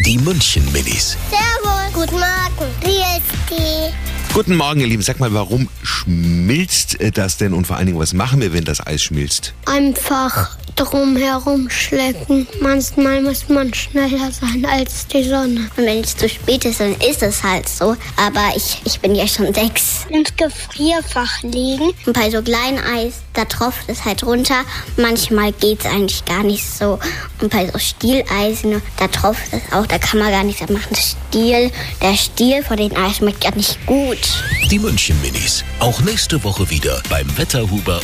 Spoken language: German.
Die München Minis. Servus. Guten Morgen. Wie ist die? Guten Morgen, ihr Lieben. Sag mal, warum schmilzt äh, das denn und vor allen Dingen, was machen wir, wenn das Eis schmilzt? Einfach drumherum schlecken. Manchmal muss man schneller sein als die Sonne. Und wenn es zu spät ist, dann ist es halt so. Aber ich, ich bin ja schon sechs. ins Gefrierfach legen. Und bei so Kleineis, da tropft es halt runter. Manchmal geht's eigentlich gar nicht so. Und bei so Stieleis, ne, da tropft es auch, da kann man gar nichts machen. Das Stiel, der Stiel von den Eis schmeckt ja nicht gut. Die München Minis. Auch nächste Woche wieder beim Wetterhuber